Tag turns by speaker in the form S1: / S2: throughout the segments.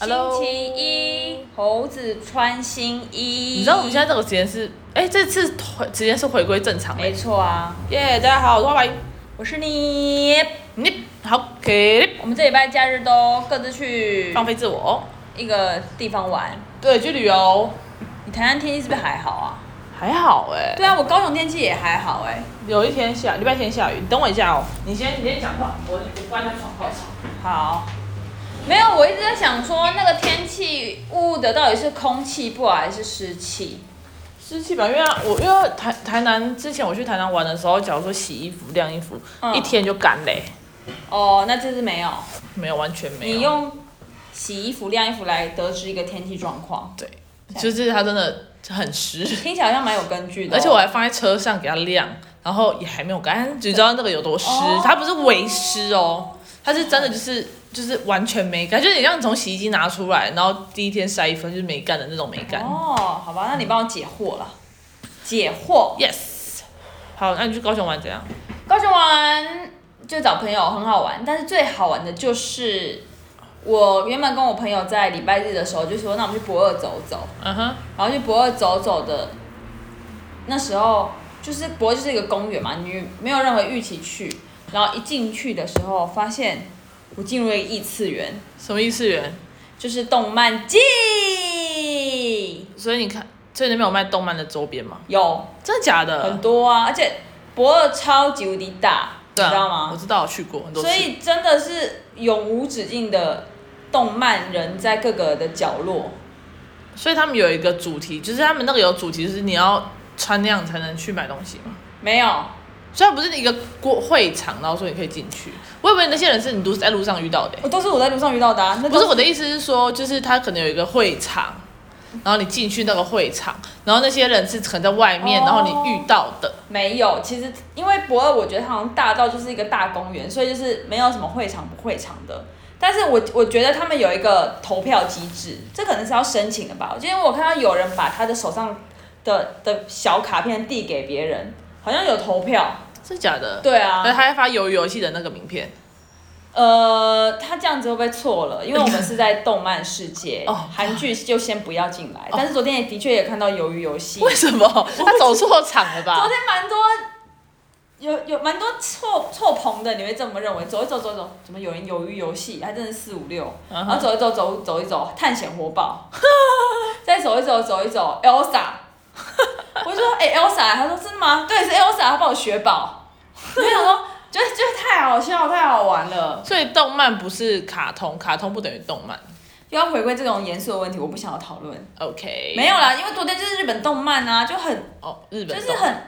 S1: Hello
S2: 星期一，猴子穿新衣。
S1: 你知道我们现在这个时间是，哎、这次回时间是回归正常
S2: 没
S1: 嘞。
S2: 错啊，
S1: 耶、大家好，我是花白。
S2: 我是你。
S1: 你好，给
S2: 我们这礼拜假日都各自去
S1: 放飞自我。
S2: 一个地方玩。
S1: 对，去旅游
S2: 你台南天气是不是还好啊？
S1: 还好哎、
S2: 对啊，我高雄天气也还好哎、
S1: 有一天下礼拜天下雨，你等我一下哦。你先你先讲话，我我关下窗口。
S2: 好。没有，我一直在想说那个天气雾的到底是空气不好还是湿气？
S1: 湿气吧，因为我因为台台南之前我去台南玩的时候，假如说洗衣服、晾衣服，
S2: 嗯
S1: 一天就干嘞，
S2: 哦，那这次没有。
S1: 没有完全没有。
S2: 你用洗衣服、晾衣服来得知一个天气状况，
S1: 对，就是它真的很湿。
S2: 听起来好像蛮有根据的哦、
S1: 而且我还放在车上给它晾，然后也还没有干，只知道那个有多湿
S2: 哦，
S1: 它不是微湿哦，它是真的就是就是完全没干，就是你像从洗衣机拿出来，然后第一天晒衣服就是没干的那种没干。
S2: 哦，好吧，那你帮我解惑了。解惑，
S1: Yes，好，那你去高雄玩怎样？
S2: 高雄玩就找朋友很好玩，但是最好玩的就是我原本跟我朋友在礼拜日的时候就说，那我们去博二走走，
S1: 嗯哼，
S2: 然后去博二走走的，那时候就是博二就是一个公园嘛，你没有任何预期去，然后一进去的时候发现我进入了一个异次元，
S1: 什么异次元？
S2: 就是动漫季。
S1: 所以你看，所以那边有卖动漫的周边吗？
S2: 有
S1: 真的假
S2: 很
S1: 的？
S2: 多啊，而且博二超级无敌大，
S1: 对
S2: 你
S1: 啊，
S2: 知道
S1: 我
S2: 吗？
S1: 知道，我去过很多次。
S2: 所以真的是永无止境的动漫人在各个的角落，
S1: 所以他们有一个主题，就是他们那个有主题，就是你要穿那样才能去买东西嘛。
S2: 没有
S1: 所以它不是一个过会场，然后说你可以进去。我以为那些人是你都是在路上遇到的欸、
S2: 我都是我在路上遇到的、啊，那
S1: 不
S2: 都
S1: 是我的意思是说，就是他可能有一个会场，然后你进去那个会场，然后那些人是可能在外面，
S2: 哦
S1: 然后你遇到的。
S2: 没有。其实因为博二，我觉得它好像大到就是一个大公园，所以就是没有什么会场不会场的。但是我我觉得他们有一个投票机制，这可能是要申请的吧。因为我看到有人把他的手上的的小卡片递给别人，好像有投票。
S1: 是假的？
S2: 对啊，
S1: 而且他还发游游戏的那个名 片，，
S2: 呃，他这样子会不会错了？因为我们是在动漫世界
S1: 哦
S2: 韩剧就先不要进来。但是昨天也的确也看到《鱿鱼游戏》，
S1: 为什么？他走错场了
S2: 昨
S1: 吧？
S2: 天蛮多有有蛮多错错棚的，你会这么认为？走一走走一走，怎么有人《鱿鱼游戏》？还真是四五六，
S1: 嗯
S2: 然
S1: 哼
S2: 后走一走走走一走，探险活宝， 再走一走走一走，Elsa。我就说，哎、e l s a 他说真的吗？对，是 Elsa，他帮我雪宝。 我就想说，觉得觉得太好笑，太好玩了。
S1: 所以动漫不是卡通，卡通不等于动漫。
S2: 又要回归这种严肃的问题，我不想要讨论。
S1: 哎 OK，
S2: 没有啦，因为昨天就是日本动漫啊，就很
S1: 哦，日
S2: 就
S1: 本
S2: 是
S1: 动漫
S2: 很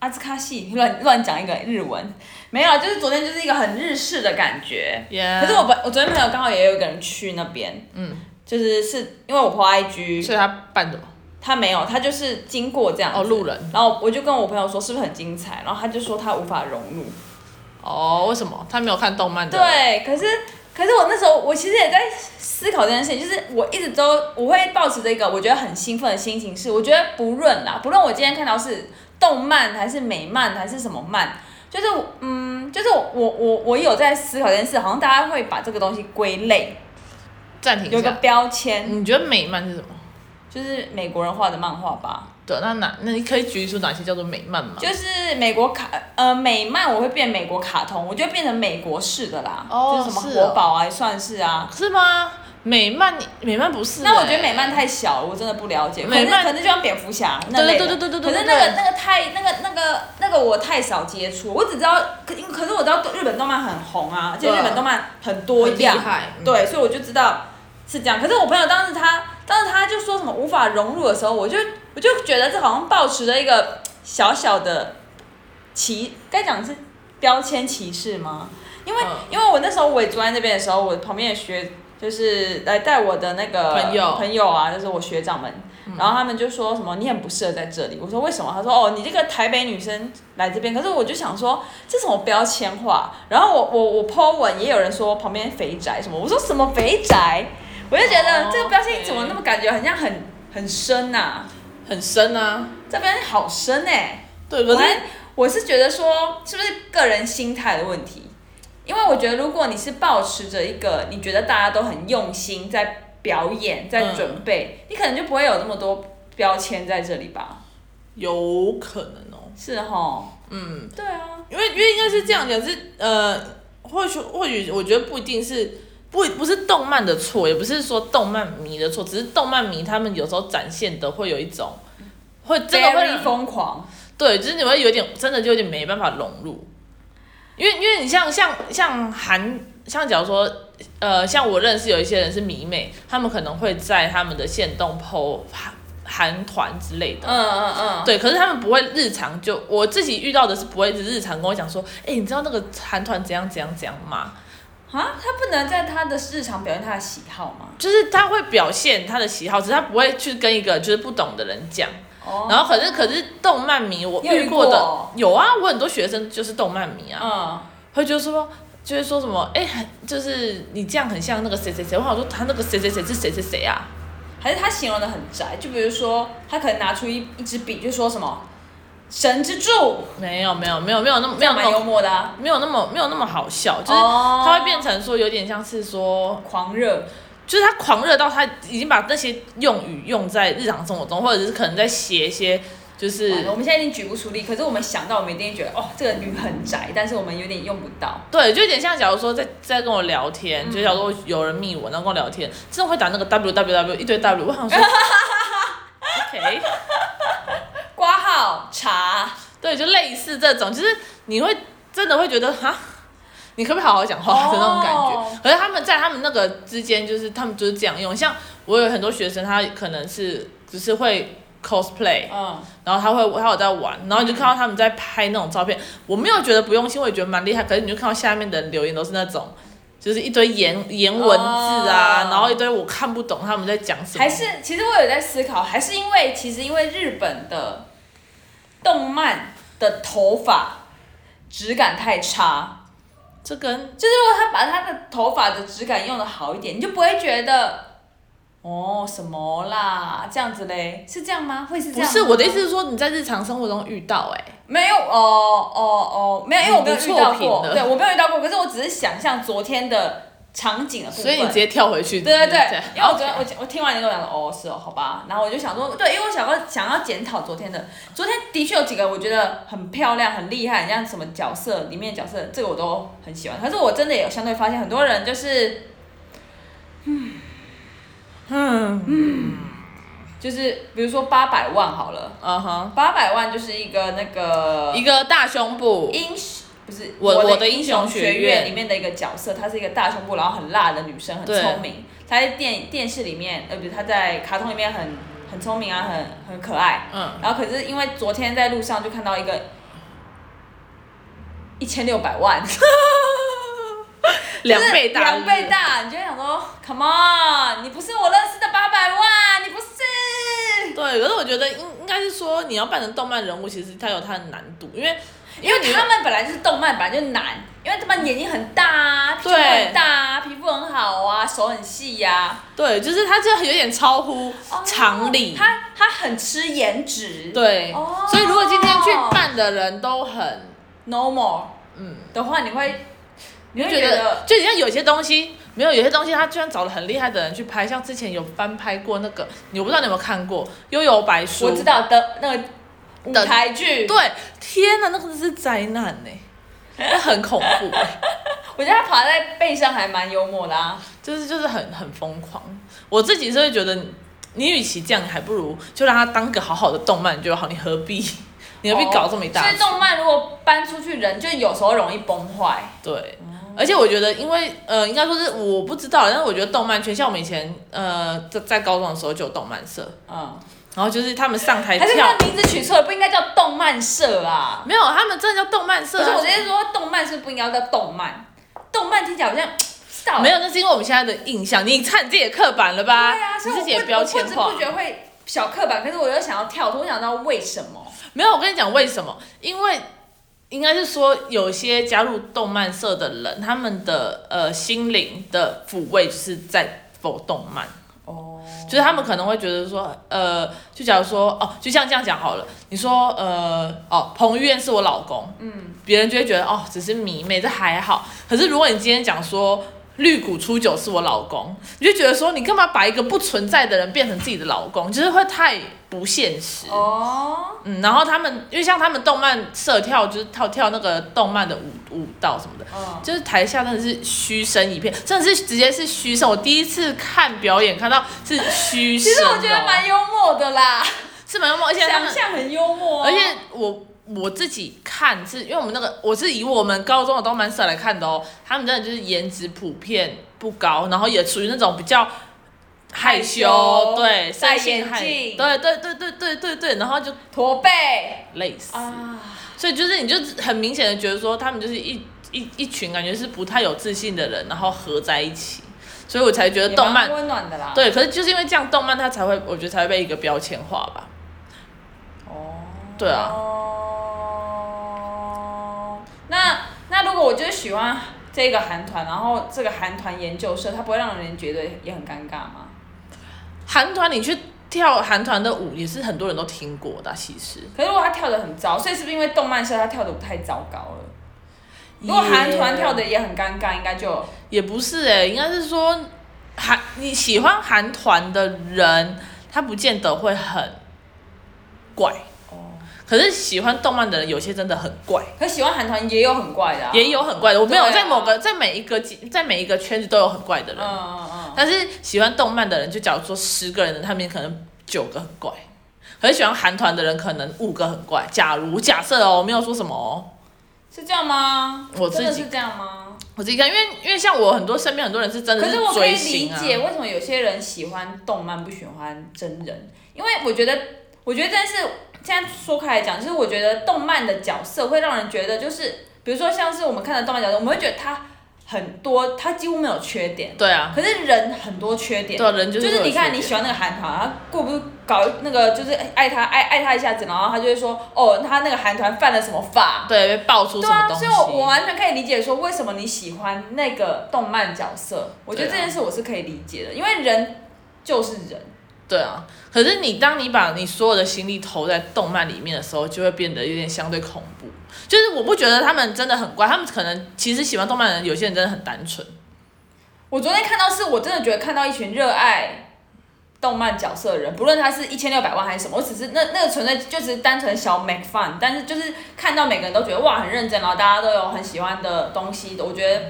S2: 阿兹卡西乱乱讲一个日文，没有啦，啊就是昨天就是一个很日式的感觉。
S1: Yeah，
S2: 可是我本我昨天朋友刚好也有一个人去那边，
S1: 嗯，
S2: 就是是因为我 po IG，
S1: 所以他扮什么？
S2: 他没有，他就是经过这样子
S1: 哦，路人
S2: 然后我就跟我朋友说是不是很精彩，然后他就说他无法融入。
S1: 哦，为什么他没有看动漫的？
S2: 对，可是可是我那时候我其实也在思考这件事情，就是我一直都我会保持这个我觉得很兴奋的心情是，我觉得不论啦，不论我今天看到是动漫还是美漫还是什么漫，就是我嗯，就是我我我我有在思考这件事，好像大家会把这个东西归类，
S1: 暂停
S2: 有
S1: 一
S2: 一个
S1: 下。
S2: 标签，
S1: 你觉得美漫是什么？
S2: 就是美国人画的漫画吧，
S1: 对，那哪那你可以举出哪些叫做美漫吗？
S2: 就是美国卡呃美漫，我会变美国卡通，我就变成美国式的啦，
S1: 哦
S2: 就是什么
S1: 是哦
S2: 活宝啊，也算是啊，
S1: 是吗？美漫美漫不是欸、
S2: 那我觉得美漫太小了，我真的不了解。可能
S1: 美漫
S2: 可能就像蝙蝠侠那类的
S1: 对对对对对对
S2: 可是那个
S1: 对
S2: 那个太那个那个那个我太少接触，我只知道可可是我知道日本动漫很红啊，而且
S1: 对啊
S2: 日本动漫很多
S1: 很厉
S2: 样，
S1: 害嗯
S2: 对，所以我就知道是这样。可是我朋友当时他当时他就说什么无法融入的时候，我就我就觉得这好像抱持着一个小小的歧，该讲是标签歧视吗？因为、
S1: 嗯
S2: 因为我那时候我也坐在那边的时候，我旁边也学就是来带我的那个
S1: 朋友嗯
S2: 朋友啊，就是我学长们，然后他们就说什么你很不适合在这里，我说为什么？他说哦你这个台北女生来这边，可是我就想说这什么标签化？然后我我我 po 文也有人说旁边肥宅什么，我说什么肥宅？我就觉
S1: 哦
S2: 得这个标签
S1: OK
S2: 怎么那么感觉很像很很深呐、
S1: 很深啊。
S2: 这标签好深哎、
S1: 对，可
S2: 我
S1: 是
S2: 还我是觉得说，是不是个人心态的问题？因为我觉得，如果你是保持着一个你觉得大家都很用心在表演，在
S1: 嗯
S2: 准备，你可能就不会有那么多标签在这里吧？
S1: 有可能哦，
S2: 是哈，
S1: 嗯。
S2: 对啊，
S1: 因为因为应该是这样讲，是呃，或许或许我觉得不一定是不不是动漫的错，也不是说动漫迷的错，只是动漫迷他们有时候展现的会有一种，会真的会
S2: Very 疯狂，
S1: 对，就是你会有点真的就有点没办法融入，因为因为你像像像韩像假如说呃像我认识有一些人是迷妹，他们可能会在他们的线动 PO 韩韩团之类的，
S2: 嗯嗯嗯，
S1: 对，可是他们不会日常就我自己遇到的是不会日常跟我讲说，哎、你知道那个韩团怎样怎样怎样吗？
S2: 啊，他不能在他的日常表现他的喜好吗？
S1: 就是他会表现他的喜好，只是他不会去跟一个就是不懂的人讲。
S2: 哦，
S1: 然后可是可是动漫迷我
S2: 你有遇
S1: 遇过的
S2: 过哦
S1: 有啊，我很多学生就是动漫迷啊，
S2: 嗯，
S1: 会就说就会说什么，哎、很就是你这样很像那个谁谁谁，我想说他那个谁谁谁是谁谁谁啊？
S2: 还是他形容的很窄，就比如说他可能拿出一一支笔就说什么“神之柱
S1: 没有没有没有没有那么”，
S2: 这
S1: 没有
S2: 样
S1: 那
S2: 蛮幽
S1: 么
S2: 默的啊，
S1: 没有那么没有那么好笑，就是
S2: 哦
S1: 他会变成说有点像是说。
S2: 狂热，
S1: 就是他狂热到他已经把那些用语用在日常生活中，或者是可能在写一些就是
S2: 完了我们现在已经举不出例，可是我们想到，我们一定会觉得哦，这个女很窄，但是我们有点用不到。
S1: 对，就有点像假如说在在跟我聊
S2: 嗯
S1: 天，就假如说有人密我，然后跟我聊天，真的会打那个 W W W 一堆 W，我想 说，OK，
S2: 挂号茶，
S1: 对，就类似这种，就是你会真的会觉得哈。你可不可以好好讲话
S2: 哦
S1: 的那种感觉？可是他们在他们那个之间，就是他们就是这样用。像我有很多学生，他可能是只是会 cosplay，
S2: 嗯，
S1: 然后他会他有在玩，然后你就看到他们在拍那种照片，我没有觉得不用心，我也觉得蛮厉害。可是你就看到下面的人留言都是那种，就是一堆言言文字啊，
S2: 哦
S1: 然后一堆我看不懂他们在讲什么。
S2: 还是其实我有在思考，还是因为其实因为日本的动漫的头发质感太差，
S1: 这跟
S2: 就是如果他把他的头发的质感用的好一点，你就不会觉得。哦，什么啦？这样子嘞，是这样吗？会是这
S1: 不
S2: 样？
S1: 是我的意思，是说你在日常生活中遇到哎、
S2: 没有，哦哦哦，没有，因为我没有遇到
S1: 你错
S2: 过，
S1: 评了
S2: 对我没有遇到过，可是我只是想象昨天的场景的部分。
S1: 所以你直接跳回去。
S2: 对对
S1: 就是这
S2: 对
S1: 样，
S2: 因为我昨天我我听完你跟我讲说，哦是哦，好吧，然后我就想说，对，因为我想要想要检讨昨天的，昨天的确有几个我觉得很漂亮、很厉害，很像什么角色里面的角色，这个我都很喜欢。可是我真的也有相对发现，很多人就是，嗯嗯，就是比如说八百万好了，
S1: 嗯哼，
S2: 八百万就是一个那个
S1: 一个大胸部，
S2: 英不是
S1: 我
S2: 我
S1: 我的英雄学
S2: 学
S1: 院
S2: 里面的一个角色，她是一个大胸部，然后很辣的女生，很
S1: 对
S2: 聪明。她在电电视里面，呃，不是她在卡通里面很很聪明啊，很很可爱。
S1: 嗯，
S2: 然后可是因为昨天在路上就看到一个一千六百 万，
S1: 两倍大，
S2: 两倍。大，你就会想说，Come on，你不是我认识的八百万，你不是。
S1: 对，可是我觉得应应该是说你要扮成动漫人物，其实它有它的难度，因为
S2: 因为他们本来就是动漫，本来就难，因为他们眼睛很大啊，皮肤
S1: 对
S2: 很大啊，皮肤很好啊，手很细呀、
S1: 对，就是它这有点超乎
S2: 哦
S1: 常理。
S2: 他他很吃颜值，
S1: 对，
S2: 哦
S1: 所以如果今天去办的人都很，
S2: ，normal
S1: 嗯，
S2: 的话，你会你会
S1: 觉
S2: 觉
S1: 得
S2: 得
S1: 就你像有些东西没有，有些东西他居然找了很厉害的人去拍，像之前有翻拍过那个，你我不知道你有没有看过《幽游白书》，
S2: 我知，道的那个舞
S1: 的
S2: 台剧，
S1: 对，天哪，那个是灾难呢、那很恐怖、
S2: 我觉得他爬在背上还蛮幽默的啊，
S1: 就是就是很很疯狂。我自己是会觉得，你与其这样，你还不如就让他当个好好的动漫就好，你何必你何必搞这么一大
S2: 哦所
S1: 出？
S2: 以动漫如果搬出去，人就有时候容易崩坏，
S1: 对，而且我觉得，因为呃，应该说是我不知道，但是我觉得动漫圈，像我们以前呃在在高中的时候就有动漫社，
S2: 嗯，
S1: 然后就是他们上台
S2: 还是
S1: 跳
S2: 他，名字取错了，不应该叫动漫社啊。
S1: 没有，他们真的叫动漫社
S2: 可是
S1: 啊，
S2: 我直接说动漫是不应该叫动漫，动漫听起来好像不知道
S1: 啊没有，那是因为我们现在的印象，你看你自己的刻板了吧？
S2: 对啊，所
S1: 你
S2: 以
S1: 自
S2: 我
S1: 己的
S2: 不
S1: 标签
S2: 我
S1: 化
S2: 不知不觉会小刻板，可是我又想要跳脱，我想知道为什么。
S1: 没有，我跟你讲为什么？因为应该是说有些加入动漫社的人，他们的呃心灵的抚慰就是在否动漫。
S2: 哦，
S1: 就是他们可能会觉得说，呃，就假如说，哦，就像这样讲好了，你说，呃，哦，彭于晏是我老公，嗯，别人就会觉得，哦，只是迷妹，这还好。可是如果你今天讲说，绿谷初九是我老公，你就觉得说你干嘛把一个不存在的人变成自己的老公，就是会太不现实。
S2: 哦，
S1: 嗯，然后他们因为像他们动漫社跳就是跳跳那个动漫的舞舞蹈什么的，
S2: 嗯，
S1: 就是台下真的是嘘声一片，真的是直接是嘘声。我第一次看表演看到是嘘声、
S2: 其
S1: 哦，
S2: 实我觉得蛮幽默的啦，
S1: 是蛮幽默，而且他
S2: 想
S1: 们
S2: 象很幽默哦，
S1: 而且我我自己看是因为我们那个我是以我们高中的动漫社来看的哦，他们真的就是颜值普遍不高，然后也属于那种比较害
S2: 害
S1: 羞，
S2: 羞
S1: 对，
S2: 戴
S1: 生性害
S2: 眼镜
S1: 对对对对对对对，然后就
S2: 驼背
S1: 累死，
S2: 啊，
S1: 所以就是你就很明显的觉得说他们就是一一一群感觉是不太有自信的人，然后合在一起，所以我才觉得
S2: 也
S1: 动
S2: 蛮
S1: 漫
S2: 温暖的啦，，
S1: 对，可是就是因为这样动漫它才会，我觉得才会被一个标签化吧，
S2: 哦，
S1: 对啊
S2: 哦，那那如果我就是喜欢这个韩团，然后这个韩团研究社，它不会让人觉得也很尴尬吗？
S1: 韩团你去跳韩团的舞也是很多人都听过的啊、其实。
S2: 可是如果他跳的很糟，所以是不是因为动漫社他跳的太糟糕了？如果韩团跳的也很尴尬，应该就
S1: 也不是哎、应该是说韩你喜欢韩团的人，他不见得会很怪，
S2: 哦。
S1: 可是喜欢动漫的人有些真的很怪，
S2: 可喜欢韩团也有很怪的、啊，
S1: 也有很怪的。我没有
S2: 对啊
S1: 在某个在每一个在每一个圈子都有很怪的
S2: 嗯
S1: 人，
S2: 嗯嗯，
S1: 但是喜欢动漫的人，就假如说十个人，他们可能九个很怪。可是喜欢韩团的人，可能五个很怪。假如假设哦，我没有说什么哦，
S2: 是这样吗？
S1: 我自己
S2: 真的是这样吗？
S1: 我自己看，因为因为像我很多身边很多人是真的
S2: 可是我可以
S1: 追
S2: 理
S1: 星啊，
S2: 解为什么有些人喜欢动漫不喜欢真人，因为我觉得，我觉得但是现在说开来讲，就是我觉得动漫的角色会让人觉得，就是比如说像是我们看的动漫角色，我们会觉得他很多，他几乎没有缺点，
S1: 对啊，
S2: 可是人很多缺点
S1: 对。啊，人就
S2: 就是是你看你
S1: 喜
S2: 喜欢那个韩团，他过不搞那个就是爱他爱爱他一下子，然后他就会说哦，他那个韩团犯了什么法？
S1: 对被爆出什
S2: 对
S1: 么
S2: 啊，
S1: 东西，
S2: 所以我我完全可以理解说为什么你喜欢那个动漫角色，我觉得
S1: 对啊
S2: 这件事我是可以理解的，因为人就是人，
S1: 对啊。可是你当你把你所有的心力投在动漫里面的时候，就会变得有点相对恐怖。就是我不觉得他们真的很怪，他们可能其实喜欢动漫的人，有些人真的很单纯。
S2: 我昨天看到是我真的觉得看到一群热爱动漫角色的人，不论他是一千六百万还是什么，我只是那那个纯粹就只是单纯小 make fun，但是就是看到每个人都觉得哇很认真，然后大家都有很喜欢的东西，我觉得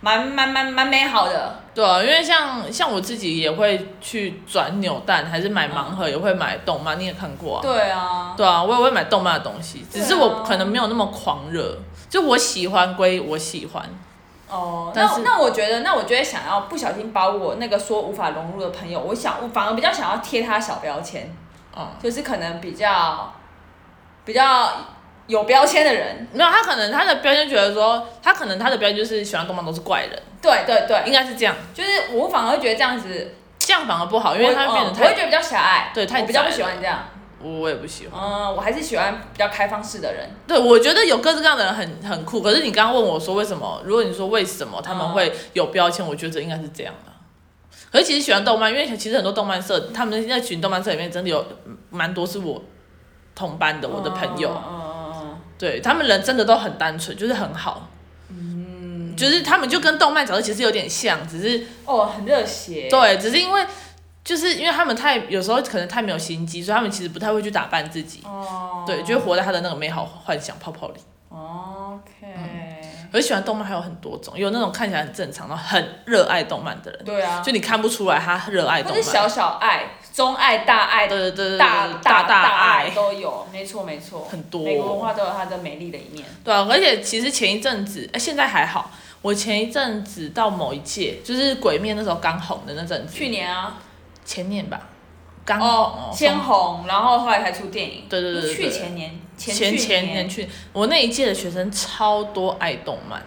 S2: 蛮蛮蛮蛮美好的。
S1: 对啊，因为像像我自己也会去转扭蛋，还是买盲盒，也会买动漫，你也看过啊。
S2: 对啊，
S1: 对啊，我也会买动漫的东西，只是
S2: 对
S1: 我
S2: 啊
S1: 可能没有那么狂热。就我喜欢归我喜欢，
S2: 哦，那
S1: 但是
S2: 那我觉得，那我觉得想要不小心把我那个说无法融入的朋友，我想我反而比较想要贴他小标签，
S1: 嗯，
S2: 就是可能比较比较有标签的人。
S1: 没有，他可能他的标签觉得说，他可能他的标签就是喜欢动漫都是怪人，
S2: 对对
S1: 应
S2: 对，
S1: 该是这样，
S2: 就是我反而会觉得这样子
S1: 这样反而不好，因为
S2: 我
S1: 他会变得
S2: 嗯我会
S1: 太，
S2: 觉得比较狭隘，
S1: 对太
S2: 我比较
S1: 窄
S2: 不喜欢这样。
S1: 我我也不喜欢。
S2: 嗯，我还是喜欢比较开放式的人。
S1: 对，我觉得有各式各样的人很很酷，可是你刚刚问我说为什么？如果你说为什么他们会有标签，我觉得应该是这样的。啊可是其实喜欢动漫，因为其实很多动漫社，他们那群动漫社里面真的有嗯蛮多是我同班的我的朋友，
S2: 嗯嗯嗯
S1: 对他们人真的都很单纯，就是很好，嗯，就是他们就跟动漫角色其实有点像，只是
S2: 嗯，哦，很热血。
S1: 对，只是因为就是因为他们太有时候可能太没有心机，所以他们其实不太会去打扮自己，
S2: 哦
S1: 对，就会活在他的那个美好幻想泡泡里。
S2: ，OK，
S1: 我喜欢动漫还有很多种，有那种看起来很正常，然后很热爱动漫的人，
S2: 对啊，
S1: 就你看不出来他热爱动
S2: 或
S1: 漫
S2: 是。小小爱、中爱、大爱
S1: 对、对对对，
S2: 大
S1: 对
S2: 大
S1: 大
S2: 爱
S1: 爱，
S2: 都有，没错没错，
S1: 很多
S2: 每个文化都有它的美丽的一面。
S1: 对啊，而且其实前一阵子，哎，现在还好。我前一阵子到某一届，就是《鬼灭》那时候刚红的那阵子，
S2: 去年啊，
S1: 前年吧，刚红
S2: 哦，先红，然后后来才出电影。
S1: 嗯对对对对
S2: 去
S1: 对
S2: 前年，前
S1: 前
S2: 去
S1: 前年去，我那一届的学生超多爱动漫，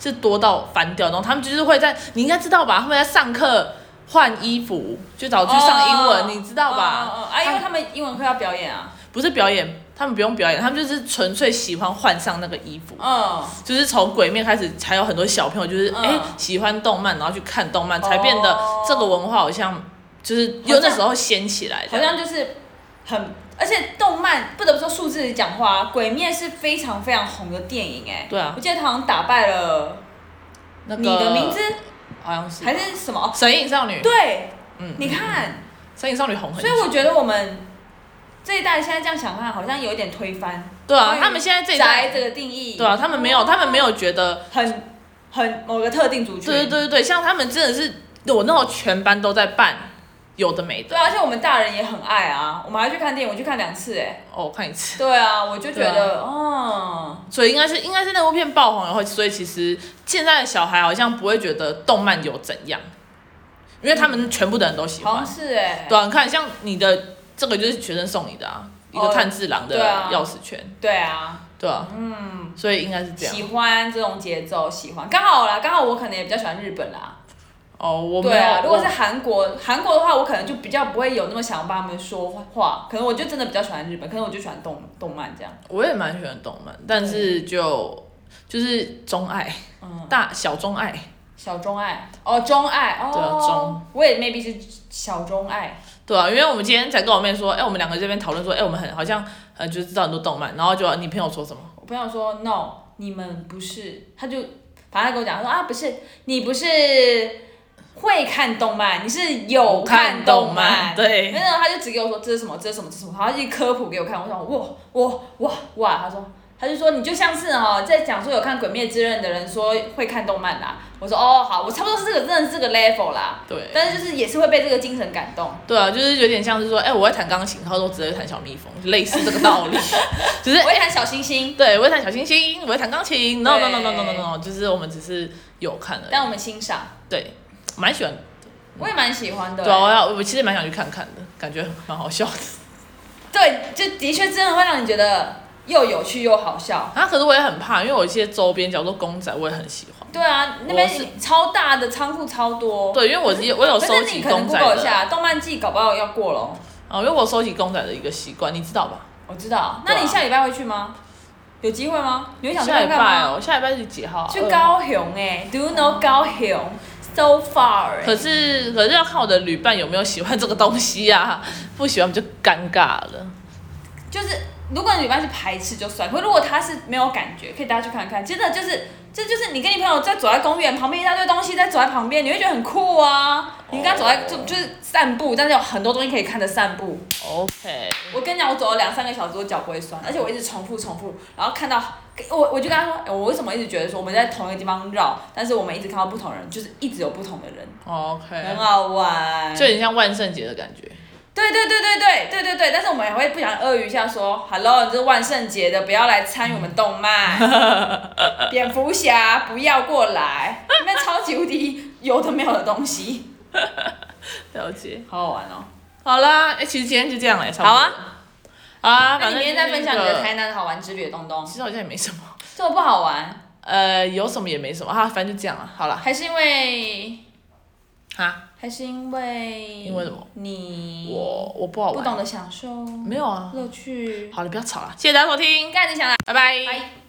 S1: 是多到翻掉，然后他们就是会在，你应该知道吧？他们在上课换衣服，就早去上英文，
S2: 哦
S1: 你知道吧？
S2: 哦哦哦啊，因为他们英文课要表演啊。
S1: 不是表演，他们不用表演，他们就是纯粹喜欢换上那个衣服。
S2: 嗯，
S1: 就是从鬼面开始，还有很多小朋友就是
S2: 嗯
S1: 哎、喜欢动漫，然后去看动漫，才变得
S2: 哦
S1: 这个文化好像就是
S2: 好像
S1: 又那时候掀起来
S2: 好
S1: 的。
S2: 像就是很，而且动漫不得不说数字讲话、啊，《鬼灭》是非常非常红的电影哎、
S1: 对啊
S2: 我记得他好像打败了
S1: 那
S2: 你的名
S1: 个
S2: 字，
S1: 好像是
S2: 还是什么？
S1: 神隐少女，
S2: 对，
S1: 嗯，
S2: 你看，
S1: 神隐少女红很
S2: 所
S1: 久
S2: 以，我觉得我们这一代现在这样想看，好像有一点推翻
S1: 对啊
S2: 关，于
S1: 他们现在这一
S2: 宅
S1: 代，
S2: 这个定义，
S1: 对啊，他们没有，他们没有觉得
S2: 很很某个特定族群，
S1: 对对对对对，像他们真的是，我那时候全班都在办，有的没的
S2: 对。啊，而且我们大人也很爱啊，我们还去看电影，我去看两次哎、
S1: 哦，我看一次，
S2: 对啊，我就觉
S1: 对
S2: 得，哦，
S1: 所以应该是应该是那部片爆红以后，所以其实现在的小孩好像不会觉得动漫有怎样，因为他们全部的人都喜
S2: 嗯好
S1: 欢
S2: 像。是哎、
S1: 对啊，你看像你的这个就是学生送你的啊，一个
S2: 哦
S1: 炭治郎的
S2: 对啊
S1: 钥匙圈，
S2: 对啊，
S1: 对啊，嗯，所以应该是这样。
S2: 喜欢这种节奏，喜欢，刚好啦，刚好我可能也比较喜欢日本啦，
S1: 哦，我没
S2: 对
S1: 有，
S2: 啊，如果是
S1: 我
S2: 韩国，韩国的话，我可能就比较不会有那么想要帮他们说话，可能我就真的比较喜欢日本，可能我就喜欢动动漫这样，
S1: 我也蛮喜欢动漫，但是就就是钟爱，
S2: 嗯，
S1: 大小钟爱，
S2: 小钟爱，哦，钟爱，哦，
S1: 对啊钟
S2: 我也 maybe 是小钟爱，
S1: 对啊，因为我们今天才跟我妹说，哎、我们两个这边讨论说，哎、我们很好像呃，就是知道很多动漫，然后就你朋友说什么？
S2: 我朋友说 no，你们不是，他就反正他跟我讲他说啊，不是你不是会看动漫，你是有看动漫。
S1: 对
S2: 没有，他就只给我说这是什么，这是什么，这是什么，然后他就科普给我看，我想哇哇哇哇，他说他就说你就像是哦，在讲说有看《鬼灭之刃》的人说会看动漫啦，我说哦好，我差不多是这个真的是这个 level 啦，
S1: 对
S2: 但是就是也是会被这个精神感动，
S1: 对啊，就是有点像是说，哎、我会弹钢琴，然后说只会弹小蜜蜂，类似这个道 理，只是
S2: 我也很小星星，
S1: 对，我会弹小星星，我会弹钢琴，no no no no no no
S2: 对
S1: no，就是我们只是有看而
S2: 但
S1: 已，
S2: 我们欣赏，
S1: 对，蛮喜欢，
S2: 我也蛮喜欢的、
S1: 对啊，我要我其实蛮想去看看的，感觉蛮好笑的
S2: 对，就的确真的会让你觉得又有趣又好笑。
S1: 啊，可是我也很怕，因为我一些周边，假如说公仔，我也很喜欢，
S2: 对啊，那
S1: 我是
S2: 边超大的仓库超多。
S1: 对，因为我也我有
S2: 可
S1: 收
S2: 是
S1: 集
S2: 你可能
S1: 公仔
S2: Google 一
S1: 的，
S2: 下，动漫季搞不好要过了哦。
S1: 啊，因为我收集公仔的一个习惯，你知道吧？
S2: 我知道，
S1: 对啊
S2: 那你下礼拜会去吗？有机会吗？你会想去
S1: 下礼
S2: 看看
S1: 拜
S2: 吗？
S1: 哦，下礼拜是几号啊？
S2: 去
S1: 二号。
S2: 高雄哎、d o you know 高雄？So far 哎、
S1: 可是可是要看我的旅伴有没有喜欢这个东西啊， 不喜欢我们就尴尬了。
S2: 就是如果你班是排斥就算，可如果他是没有感觉，可以大家去看看。真的就是，这就是你跟你朋友在走在公园旁边一大堆东西在走在旁边，你会觉得很酷啊。你跟他走
S1: 哦
S2: 在就就是散步，但是有很多东西可以看着散步。
S1: OK，
S2: 我跟你讲，我走了两三个小时，我脚不会酸，而且我一直重复重复，然后看到我我就跟他说，哎我为什么一直觉得说我们在同一个地方绕，但是我们一直看到不同人，就是一直有不同的人，很
S1: OK，
S2: 好玩。
S1: 就很像万圣节的感觉。
S2: 对对对对对对对对，但是我们也会不想鳄鱼一下说，Hello，你这是万圣节的，不要来参与我们动 漫，蝙蝠侠不要过来，里面超级无敌有的没有的东西，
S1: 了解。
S2: 好好玩哦。
S1: 好啦，哎、其实今天就这样了，差不多。
S2: 好啊
S1: 好
S2: 那
S1: 啊，反
S2: 你
S1: 正
S2: 明天再分享你
S1: 就
S2: 的
S1: 是一个
S2: 台南好玩之旅的东东，
S1: 其实好像也没什么，
S2: 这么不好玩，
S1: 呃，有什么也没什么啊，反正就这样了。好了，
S2: 还是因为
S1: 啊，
S2: 还是因为
S1: 因为什么？
S2: 你
S1: 我我不好
S2: 不
S1: 玩，
S2: 懂得享受
S1: 没有啊。
S2: 乐趣，
S1: 好了，不要吵了，谢谢大家收听，
S2: 该你想来，
S1: 拜拜。
S2: 拜。